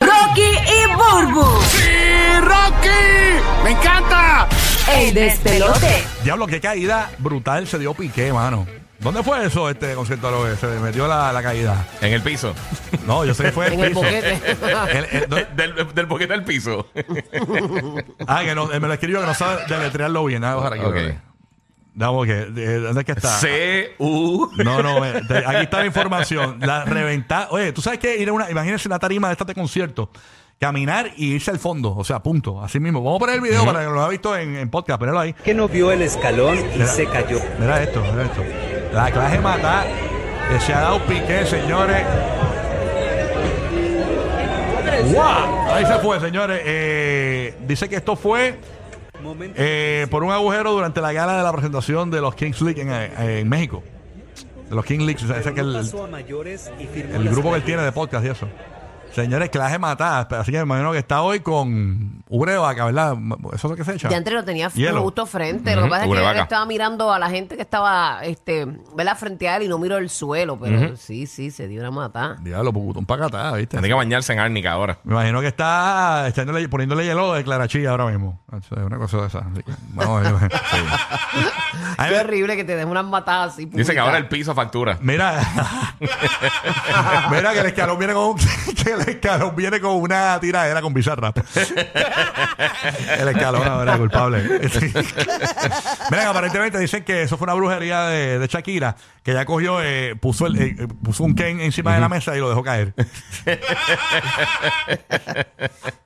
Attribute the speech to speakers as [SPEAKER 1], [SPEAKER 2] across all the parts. [SPEAKER 1] Rocky y Burbu,
[SPEAKER 2] ¡Sí, Rocky! ¡Me encanta!
[SPEAKER 1] el despelote.
[SPEAKER 3] Diablo, qué caída brutal se dio Piqué, mano. ¿Dónde fue eso, este concierto? Lo que se le metió la, la caída.
[SPEAKER 4] En el piso.
[SPEAKER 3] No, yo sé que fue el
[SPEAKER 5] En el
[SPEAKER 3] piso.
[SPEAKER 5] boquete.
[SPEAKER 3] El- el- no-
[SPEAKER 4] Eh, del, del boquete al piso.
[SPEAKER 3] ah, que no, él me lo escribió que no sabe deletrearlo bien. Ah, ojalá que
[SPEAKER 4] Ok.
[SPEAKER 3] Damos que, eh, ¿dónde es que está?
[SPEAKER 4] C U
[SPEAKER 3] No, no, eh, te- aquí está la información. La reventada. Oye, tú sabes que ir a una, imagínense una tarima de estas de concierto, caminar y irse al fondo, o sea, punto, así mismo. Vamos a poner el video para que lo haya visto en, en podcast, ponelo ahí.
[SPEAKER 6] que no vio el escalón y
[SPEAKER 3] Mira.
[SPEAKER 6] se cayó.
[SPEAKER 3] Mira esto, mira esto. La clase matar que se ha dado piqué, señores. ¡Guau! Ahí se fue, señores. Eh, dice que esto fue eh, por un agujero durante la gala de la presentación de los Kings League en, eh, en México. De los Kings League, o sea, ese que es el,
[SPEAKER 6] Pasó a mayores y firmó
[SPEAKER 3] el
[SPEAKER 6] las
[SPEAKER 3] grupo que él
[SPEAKER 6] mayores.
[SPEAKER 3] tiene de podcast y eso. Señores, clase matada. Así que me imagino que está hoy con Ubre de Vaca, ¿verdad? Eso es lo que se echa.
[SPEAKER 5] Ya entre lo tenía
[SPEAKER 3] Hielo.
[SPEAKER 5] justo frente. Lo que
[SPEAKER 4] Ujú,
[SPEAKER 5] pasa es que
[SPEAKER 4] cubre
[SPEAKER 5] yo
[SPEAKER 4] vaca.
[SPEAKER 5] estaba mirando a la gente que estaba, este, ¿verdad? Frente a él y no miro el suelo. Pero sí, sí, se dio una matada.
[SPEAKER 3] Diablo, pucutón pacatada, ¿viste?
[SPEAKER 4] Tiene que bañarse en árnica ahora.
[SPEAKER 3] Me imagino que está echándole- poniéndole hielo de clarachilla ahora mismo. Eso Es una cosa de esa. Así que, vamos a ver. Ay,
[SPEAKER 5] Qué horrible que te den unas matadas así.
[SPEAKER 4] Dice que
[SPEAKER 5] públicas.
[SPEAKER 4] ahora el piso factura.
[SPEAKER 3] Mira, mira que el escalón viene con un- que el escalón viene con una tiradera con bizarra. el escalón ahora es culpable. Sí. mira, que aparentemente dicen que eso fue una brujería de, de Shakira, que ya cogió, eh, puso el, eh, eh, puso un Ken encima de la mesa y lo dejó caer.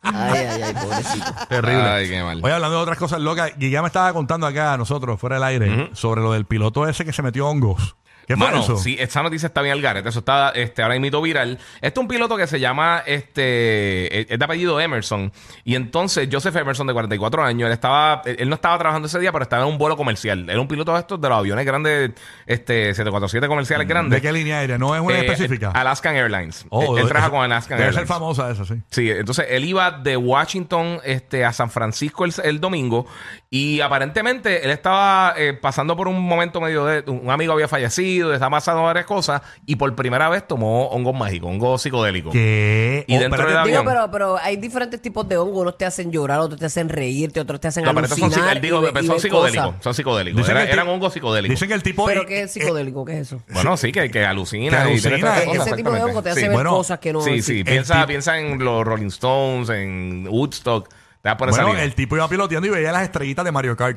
[SPEAKER 5] Ay, ay, ay, pobrecito.
[SPEAKER 3] Terrible.
[SPEAKER 4] Ay, qué mal.
[SPEAKER 3] Oye, hablando de otras cosas locas, Guillem estaba contando acá a nosotros, fuera del aire, sobre lo del piloto ese que se metió hongos. ¿Qué fue
[SPEAKER 4] Mano,
[SPEAKER 3] eso?
[SPEAKER 4] sí, esta noticia está bien al garete. Eso está este, ahora mito viral. Este es un piloto que se llama, este, es- es de apellido Emerson. Y entonces, Joseph Emerson, de 44 años, él estaba, él él no estaba trabajando ese día, pero estaba en un vuelo comercial. Era un piloto de estos de los aviones grandes, este, 747 comerciales
[SPEAKER 3] Mm. ¿De
[SPEAKER 4] grandes.
[SPEAKER 3] qué línea aérea? ¿No es una
[SPEAKER 4] Eh,
[SPEAKER 3] específica?
[SPEAKER 4] Alaskan Airlines.
[SPEAKER 3] Oh,
[SPEAKER 4] él, él trabaja
[SPEAKER 3] esa-
[SPEAKER 4] con Alaskan
[SPEAKER 3] Debe
[SPEAKER 4] Airlines.
[SPEAKER 3] ser famosa esa, sí.
[SPEAKER 4] Sí, entonces él iba de Washington este, a San Francisco el, el domingo y aparentemente él estaba eh, pasando por un momento medio de... Un amigo había fallecido, estaba pasando varias cosas y por primera vez tomó hongos mágicos, hongos psicodélicos.
[SPEAKER 3] ¿Qué? Oh,
[SPEAKER 4] Y dentro
[SPEAKER 3] espérate,
[SPEAKER 4] de la-
[SPEAKER 5] Digo,
[SPEAKER 4] Avión.
[SPEAKER 5] pero, pero hay diferentes tipos de hongos. Unos te hacen llorar, otros te hacen reírte, otros te hacen
[SPEAKER 4] No, pero estos son,
[SPEAKER 5] alucinar.
[SPEAKER 4] psi- él dijo,
[SPEAKER 5] y ve-
[SPEAKER 4] pero
[SPEAKER 5] y
[SPEAKER 4] son
[SPEAKER 5] ve
[SPEAKER 4] psicodélicos,
[SPEAKER 5] cosas.
[SPEAKER 4] son psicodélicos.
[SPEAKER 3] Dicen
[SPEAKER 4] Era-
[SPEAKER 3] que el
[SPEAKER 4] eran
[SPEAKER 3] ti-
[SPEAKER 4] hongos psicodélicos.
[SPEAKER 3] Dicen que el tipo...
[SPEAKER 5] ¿Pero
[SPEAKER 3] eh,
[SPEAKER 5] qué es
[SPEAKER 3] eh,
[SPEAKER 5] psicodélico? ¿Qué es eso?
[SPEAKER 4] Bueno, sí, que, que alucina.
[SPEAKER 3] Que
[SPEAKER 4] y tiene
[SPEAKER 3] alucina,
[SPEAKER 4] todas esas
[SPEAKER 3] eh,
[SPEAKER 4] cosas,
[SPEAKER 5] Ese tipo de
[SPEAKER 4] exactamente.
[SPEAKER 5] hongos te hace
[SPEAKER 4] Sí.
[SPEAKER 5] ver
[SPEAKER 3] Bueno,
[SPEAKER 5] cosas que no...
[SPEAKER 4] Sí, sí,
[SPEAKER 3] el
[SPEAKER 4] piensa,
[SPEAKER 3] tipo-
[SPEAKER 4] piensa en los Rolling Stones, en Woodstock, te va a poner
[SPEAKER 3] Bueno,
[SPEAKER 4] esa línea.
[SPEAKER 3] el tipo iba piloteando y veía las estrellitas de Mario Kart.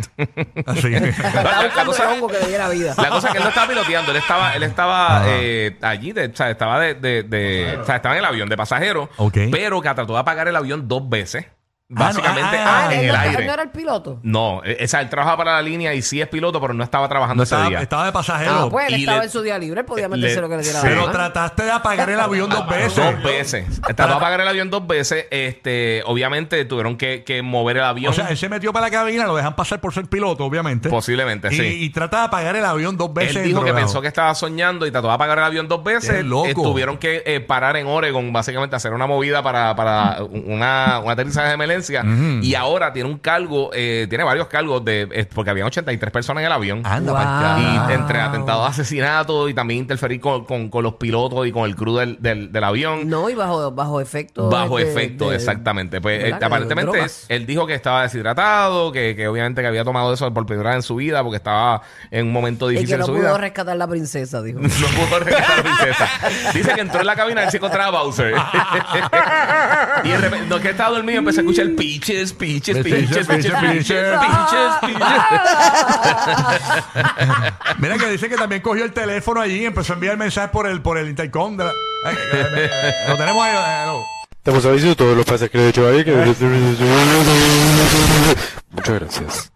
[SPEAKER 3] Así.
[SPEAKER 5] Estaba
[SPEAKER 4] La- la
[SPEAKER 5] buscando
[SPEAKER 4] cosa-
[SPEAKER 5] el hongo que le diera vida.
[SPEAKER 4] La cosa es que él no estaba piloteando, él estaba, él estaba eh, allí, de- o sea, estaba de, de- de- o sea, estaba en el avión de pasajero,
[SPEAKER 3] Ok. Ah,
[SPEAKER 4] pero que trató de apagar el avión dos veces,
[SPEAKER 3] no,
[SPEAKER 4] básicamente
[SPEAKER 3] ah,
[SPEAKER 4] en
[SPEAKER 5] él
[SPEAKER 4] el
[SPEAKER 5] no-
[SPEAKER 4] aire.
[SPEAKER 5] él no era el piloto.
[SPEAKER 4] No, eh, o sea, él trabajaba para la línea y sí es piloto, pero no estaba trabajando
[SPEAKER 3] No
[SPEAKER 4] ese
[SPEAKER 3] estaba,
[SPEAKER 4] día.
[SPEAKER 3] estaba de pasajero.
[SPEAKER 5] Ah, pues él
[SPEAKER 4] y
[SPEAKER 5] estaba
[SPEAKER 4] le- eh,
[SPEAKER 5] en su día libre, él podía
[SPEAKER 4] le-
[SPEAKER 5] meterse lo que le diera la
[SPEAKER 4] sí.
[SPEAKER 3] Pero
[SPEAKER 5] gana.
[SPEAKER 3] trataste de apagar el avión dos veces.
[SPEAKER 4] Ah, Dos veces. Trató de apagar el avión dos veces. Este, obviamente tuvieron que, que mover el avión.
[SPEAKER 3] O sea, él se metió para la cabina, lo dejan pasar por ser piloto, obviamente.
[SPEAKER 4] Posiblemente,
[SPEAKER 3] y,
[SPEAKER 4] sí.
[SPEAKER 3] Y trata de apagar el avión dos veces.
[SPEAKER 4] Él dijo que
[SPEAKER 3] drogado.
[SPEAKER 4] pensó que estaba soñando y trató de apagar el avión dos
[SPEAKER 3] Qué
[SPEAKER 4] veces.
[SPEAKER 3] loco.
[SPEAKER 4] Eh, tuvieron que eh, parar en Oregon, básicamente hacer una movida para, para una, un aterrizaje de emergencia. Y ahora tiene un cargo, eh, tiene varios cargos, de eh, porque habían 83 personas en el avión.
[SPEAKER 3] Anda,
[SPEAKER 5] Wow.
[SPEAKER 3] para
[SPEAKER 4] Y
[SPEAKER 3] allá.
[SPEAKER 4] entre atentados, asesinatos y también interferir con, con- con los pilotos y con el crew del, del- del avión.
[SPEAKER 5] No, y bajo, bajo efecto.
[SPEAKER 4] Bajo
[SPEAKER 5] de-
[SPEAKER 4] efecto,
[SPEAKER 5] de-
[SPEAKER 4] exactamente. Pues
[SPEAKER 5] ¿verdad?
[SPEAKER 4] eh,
[SPEAKER 5] Que de
[SPEAKER 4] aparentemente
[SPEAKER 5] drogas.
[SPEAKER 4] él dijo que estaba deshidratado, que, que obviamente que había tomado eso por primera vez en su vida porque estaba en un momento
[SPEAKER 5] Y
[SPEAKER 4] difícil
[SPEAKER 5] que
[SPEAKER 4] en
[SPEAKER 5] no
[SPEAKER 4] su
[SPEAKER 5] pudo
[SPEAKER 4] vida.
[SPEAKER 5] rescatar la princesa, dijo.
[SPEAKER 4] No pudo rescatar a la princesa. Dice que entró en la cabina y se encontraba a Bowser. y de repente, no, que estaba dormido, empezó a escuchar pitches, pitches,
[SPEAKER 3] Pitches,
[SPEAKER 4] pitches, pitches, pitches,
[SPEAKER 3] pitches,
[SPEAKER 4] pitches, pitches.
[SPEAKER 3] Mira que dice que también cogió el teléfono allí y empezó a enviar mensajes por el, por el intercom. de la- Ay, ay, ay, ay, lo tenemos ahí. eh, lo-
[SPEAKER 7] Estamos avisando todos los pases que le he hecho ahí. que- Muchas gracias.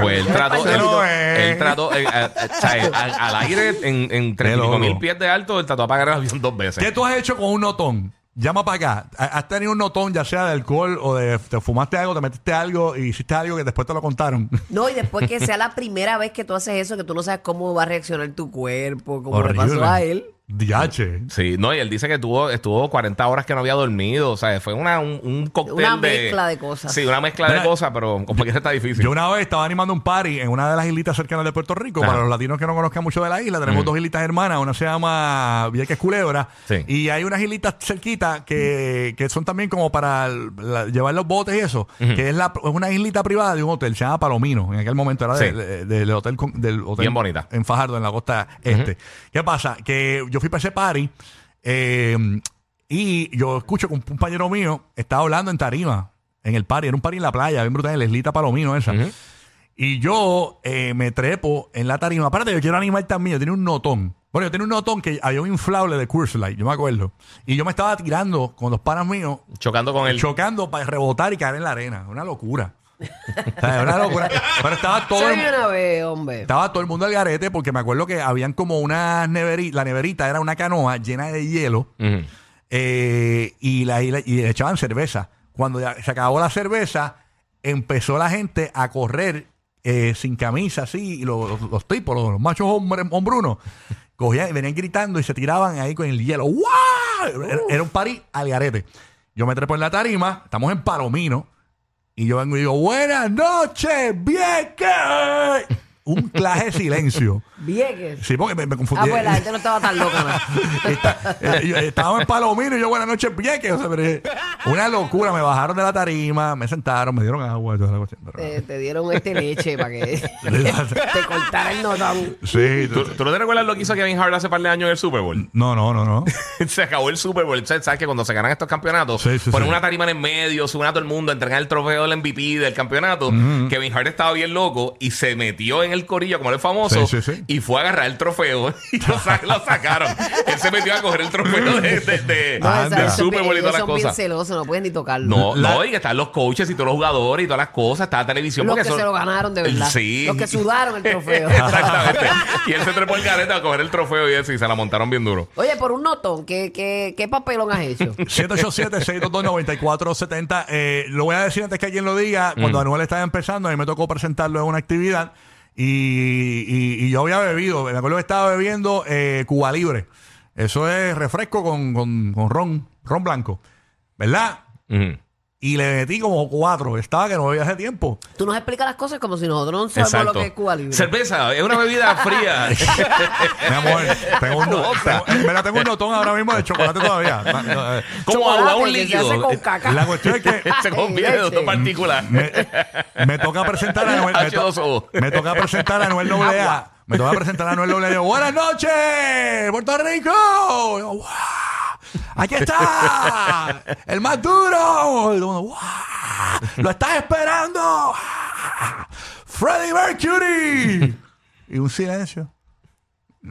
[SPEAKER 4] Pues él trató, él,
[SPEAKER 3] No, eh.
[SPEAKER 4] él trató, eh, a- a- o sea, eh, al, al aire en, en
[SPEAKER 3] Qué loco.
[SPEAKER 4] 35 mil pies de alto, él trató de apagar el avión dos veces.
[SPEAKER 3] ¿Qué tú has hecho con un notón? Llama para acá. Ha- Has tenido un notón, ya sea de alcohol o de te fumaste algo, te metiste algo y hiciste algo que después te lo contaron.
[SPEAKER 5] No, y después que sea la primera vez que tú haces eso, que tú no sabes cómo va a reaccionar tu cuerpo, como le pasó a él.
[SPEAKER 3] Diache.
[SPEAKER 4] Sí, no, y él dice que tuvo, estuvo 40 horas que no había dormido. O sea, fue una, un, un cóctel
[SPEAKER 5] Una
[SPEAKER 4] de-
[SPEAKER 5] mezcla de cosas.
[SPEAKER 4] Sí, una mezcla
[SPEAKER 3] Mira,
[SPEAKER 4] de cosas, pero como que está difícil.
[SPEAKER 3] Yo una vez estaba animando un party en una de las islitas cercanas de Puerto Rico.
[SPEAKER 4] Ajá.
[SPEAKER 3] Para los latinos que no conozcan mucho de la isla, tenemos dos islitas hermanas. Una se llama Vieques Culebra.
[SPEAKER 4] Sí.
[SPEAKER 3] Y hay unas islitas cerquitas que, que son también como para la- llevar los botes y eso. Que es, la, es una islita privada de un hotel. Se llama Palomino. En aquel momento era de-
[SPEAKER 4] Sí.
[SPEAKER 3] de- del hotel. con- Del hotel
[SPEAKER 4] Bien bonita.
[SPEAKER 3] En Fajardo, en la costa este. ¿Qué pasa? Que yo fui para ese party. eh, y yo escucho que un compañero mío estaba hablando en tarima, en el party, era un party en la playa, bien brutal, en la islita Palomino esa. Y yo eh, me trepo en la tarima. Espérate, yo quiero animar también. Yo tenía un notón. Bueno, yo tenía un notón que había un inflable de Curse Light, yo me acuerdo. Y yo me estaba tirando con los panas míos,
[SPEAKER 4] Chocando con él.
[SPEAKER 3] chocando para rebotar y caer en la arena. Una locura. O sea, una locura. Pero estaba todo el-
[SPEAKER 5] Soy una vez, hombre.
[SPEAKER 3] estaba todo el mundo al garete porque me acuerdo que habían como unas neveritas. La neverita era una canoa llena de hielo
[SPEAKER 4] Ujú.
[SPEAKER 3] eh, y, la, y, la- y le echaban cerveza. Cuando ya se acabó la cerveza, empezó la gente a correr eh, sin camisa, así, y los, los- los tipos, los, los machos hombres, hombrunos, cogían y venían gritando y se tiraban ahí con el hielo. ¡Wow! Era, era un party al garete. Yo me trepo en la tarima, estamos en Palomino, y yo vengo y digo, buenas noches, bien que... Un claje de silencio.
[SPEAKER 5] Vieques.
[SPEAKER 3] Sí, porque me, me confundí.
[SPEAKER 5] Ah, pues la gente no estaba tan loca. ¿no?
[SPEAKER 3] Está- eh, yo- Estábamos en Palomino y yo, buenas noches, Vieques. O sea, pero, eh, una locura. Me bajaron de la tarima, me sentaron, me dieron agua. y toda la cuestión.
[SPEAKER 5] Te, te dieron este leche para que te cortara el notón.
[SPEAKER 3] Sí,
[SPEAKER 4] ¿Tú, tú no te recuerdas lo que hizo Kevin Hart hace par de años en el Super Bowl?
[SPEAKER 3] no, no, no, no.
[SPEAKER 4] se acabó el Super Bowl. ¿Sabes sabes que cuando se ganan estos campeonatos,
[SPEAKER 3] Sí, sí,
[SPEAKER 4] ponen
[SPEAKER 3] sí.
[SPEAKER 4] una tarima en el medio, suben a todo el mundo, entregan el trofeo del MVP del campeonato? Kevin Hart estaba bien loco y se metió en el corillo, como él es famoso,
[SPEAKER 3] Sí, sí, sí.
[SPEAKER 4] y fue a agarrar el trofeo y lo, sa- lo sacaron. él se metió a coger el trofeo de, de- de-
[SPEAKER 5] No,
[SPEAKER 3] Ah,
[SPEAKER 5] esa-
[SPEAKER 4] del
[SPEAKER 5] esos
[SPEAKER 4] Super Bowl y
[SPEAKER 5] ellos
[SPEAKER 4] todas las
[SPEAKER 5] son bien
[SPEAKER 4] cosas.
[SPEAKER 5] celosos, no puedes ni tocarlo.
[SPEAKER 4] No,
[SPEAKER 3] La-
[SPEAKER 4] no, y que están los coaches y todos los jugadores y todas las cosas, está la televisión.
[SPEAKER 5] Los
[SPEAKER 4] porque
[SPEAKER 5] que
[SPEAKER 4] eso-
[SPEAKER 5] se lo ganaron de verdad.
[SPEAKER 4] Sí.
[SPEAKER 5] Los que sudaron el trofeo.
[SPEAKER 4] Exactamente. y él se trepó el careta a coger el trofeo y así se la montaron bien duro.
[SPEAKER 5] Oye, por un notón, ¿qué, qué, qué papelón has hecho?
[SPEAKER 3] 787-622-9470. Eh, lo voy a decir antes que alguien lo diga. Cuando Anuel estaba empezando, a mí me tocó presentarlo en una actividad y, y- y yo había bebido. Me acuerdo que estaba bebiendo eh, Cuba Libre. Eso es refresco con, con- con ron, ron blanco. ¿Verdad?
[SPEAKER 4] Ujú.
[SPEAKER 3] Y le metí como cuatro. Estaba que no bebía hace tiempo.
[SPEAKER 5] Tú nos explicas las cosas como si nosotros no sabemos lo que es Cuba Libre.
[SPEAKER 4] Cerveza, es una bebida fría.
[SPEAKER 3] Mi amor, tengo un, no- tengo, en verdad, tengo un notón ahora mismo de chocolate todavía. No, no, eh.
[SPEAKER 4] como
[SPEAKER 5] Chocolate
[SPEAKER 4] agua, un
[SPEAKER 5] que se hace
[SPEAKER 4] líquido.
[SPEAKER 5] con caca.
[SPEAKER 3] La cuestión es que
[SPEAKER 4] Se convierte en
[SPEAKER 5] Leche.
[SPEAKER 4] dos partículas.
[SPEAKER 3] me, me toca presentar a Noel. Me, to-
[SPEAKER 4] H2O.
[SPEAKER 3] me toca presentar a Noel Noblea. Me toca presentar a Noel Noblea. Buenas noches, Puerto Rico. Yo, "Guau, Aquí está, el más duro. Y todo el mundo, "Guau, Lo estás esperando. Freddie Mercury. Y un silencio.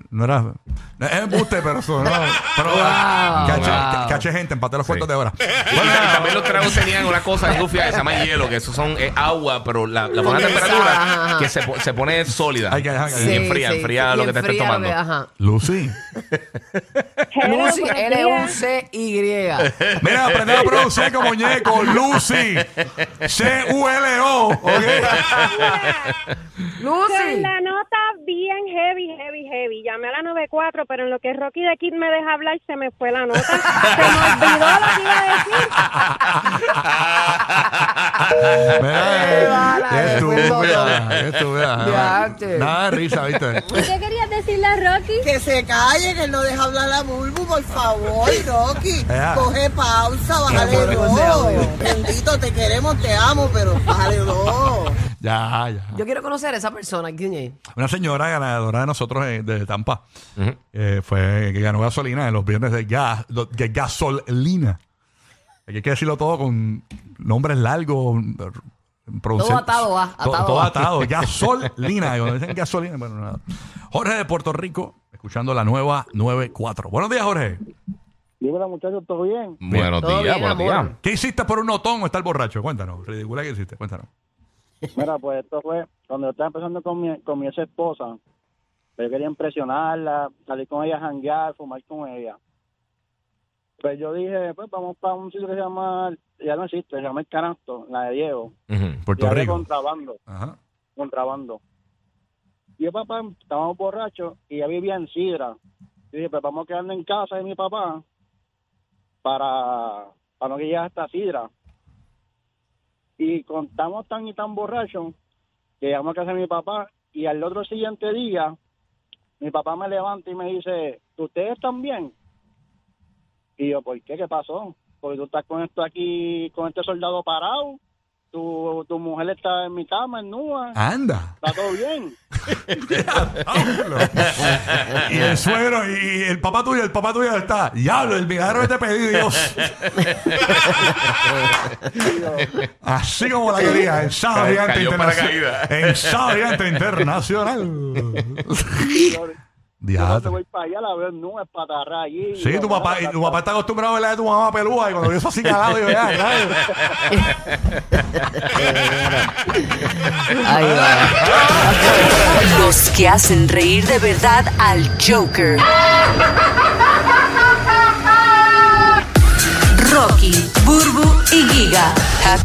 [SPEAKER 3] No era. no, Es embuste, pero sonó. Pero,
[SPEAKER 5] Ah.
[SPEAKER 3] caché,
[SPEAKER 4] wow.
[SPEAKER 3] caché gente, empaté los cuartos de hora.
[SPEAKER 4] Y, y también los tragos tenían una cosa gufia que se llama hielo, que eso son es agua, pero la, la ponen a
[SPEAKER 5] Esa, ajá,
[SPEAKER 4] temperatura
[SPEAKER 5] ajá.
[SPEAKER 4] que se, po- se pone sólida.
[SPEAKER 3] Ay, que- ay, que-
[SPEAKER 4] Y enfría, enfría
[SPEAKER 5] y
[SPEAKER 4] lo que te estés
[SPEAKER 5] enfría,
[SPEAKER 4] tomando.
[SPEAKER 5] Ajá.
[SPEAKER 3] Lucy.
[SPEAKER 5] Lucy, L-U-C-Y.
[SPEAKER 3] Mira, aprender a pronunciar como muñeco, Lucy. C-U-L-O. ¿ok?
[SPEAKER 5] Lucy.
[SPEAKER 8] Con la nota bien heavy, heavy, heavy. Llamé a la 94, pero en lo que Rocky de Kid me deja hablar, se me fue la nota. Se me olvidó lo que iba a decir.
[SPEAKER 5] Qué bala,
[SPEAKER 3] Mira, qué
[SPEAKER 5] qué
[SPEAKER 3] estúpida.
[SPEAKER 5] perdón.
[SPEAKER 3] Qué estúpida.
[SPEAKER 5] Diache.
[SPEAKER 3] Nada de risa, ¿viste?
[SPEAKER 8] ¿Qué querías decirle a Rocky?
[SPEAKER 9] Que se calle, que no deja hablar a Bulbu, por favor, Rocky.
[SPEAKER 3] Ya.
[SPEAKER 9] Coge pausa, bájale
[SPEAKER 5] Qué bueno que sea,
[SPEAKER 9] dos. Bendito, te queremos, te amo, pero bájale dos.
[SPEAKER 3] Ya, ya.
[SPEAKER 5] Yo quiero conocer a esa persona. ¿Quién es?
[SPEAKER 3] Una señora ganadora de nosotros eh, de Tampa eh, fue que ganó gasolina en los viernes de gas, do- de gasolina. Hay que decirlo todo con nombres largos. eh, pronunciar-
[SPEAKER 5] atado a-
[SPEAKER 3] to-
[SPEAKER 5] atado
[SPEAKER 3] todo
[SPEAKER 5] a.
[SPEAKER 3] atado. Gasolina. Y cuando dicen gasolina, bueno, nada. Jorge de Puerto Rico, escuchando la nueva 94. Buenos días, Jorge.
[SPEAKER 10] Dímelo, muchachos, ¿todo bien?
[SPEAKER 4] Buenos
[SPEAKER 5] Todo
[SPEAKER 4] días,
[SPEAKER 5] bien,
[SPEAKER 4] buenos
[SPEAKER 5] amor.
[SPEAKER 4] días.
[SPEAKER 3] ¿Qué hiciste por un notón o estar borracho? Cuéntanos. Ridícula que hiciste. Cuéntanos.
[SPEAKER 10] Mira, pues esto fue cuando yo estaba empezando con mi, con mi ex esposa. pues, Yo quería impresionarla, salir con ella a janguear, fumar con ella. Pues yo dije, pues vamos para un sitio que se llama, ya no existe, se llama El Canasto, la de Diego.
[SPEAKER 4] Ujú.
[SPEAKER 3] Puerto
[SPEAKER 10] y hablé
[SPEAKER 3] Rico.
[SPEAKER 10] contrabando,
[SPEAKER 3] Ajá.
[SPEAKER 10] contrabando. Yo papá, estábamos borrachos y ya vivía en Sidra. Y dije, pues vamos a quedarnos en casa de mi papá para, para no que llegue hasta Sidra. Y contamos tan y tan borrachos que llegamos a casa de mi papá y al otro siguiente día mi papá me levanta y me dice, ¿ustedes están bien? Y yo, ¿por qué? ¿Qué pasó? Porque tú estás con esto aquí, con este soldado parado, tu, tu mujer está en mi cama, en nua,
[SPEAKER 3] Anda.
[SPEAKER 10] está todo bien.
[SPEAKER 3] Diablo. y el suegro, y el papá tuyo, el papá tuyo está. Diablo, el milagro que te pedí, Dios. Así como la quería, en sábado
[SPEAKER 4] Cayó
[SPEAKER 3] gigante
[SPEAKER 4] paracaídas.
[SPEAKER 3] internacional. En sábado gigante internacional.
[SPEAKER 10] Y yo, yo te
[SPEAKER 3] Diablo.
[SPEAKER 10] voy para allá, la veo en nua, espatarrá allí. Y
[SPEAKER 3] Sí,
[SPEAKER 10] yo,
[SPEAKER 3] tu papá, y
[SPEAKER 10] mira,
[SPEAKER 3] tu papá está acostumbrado a ver de tu mamá pelúa y cuando vio eso así calado, yo ya, claro.
[SPEAKER 5] Ahí va.
[SPEAKER 1] Los que hacen reír de verdad al Joker. Rocky, Burbu y Giga. Happy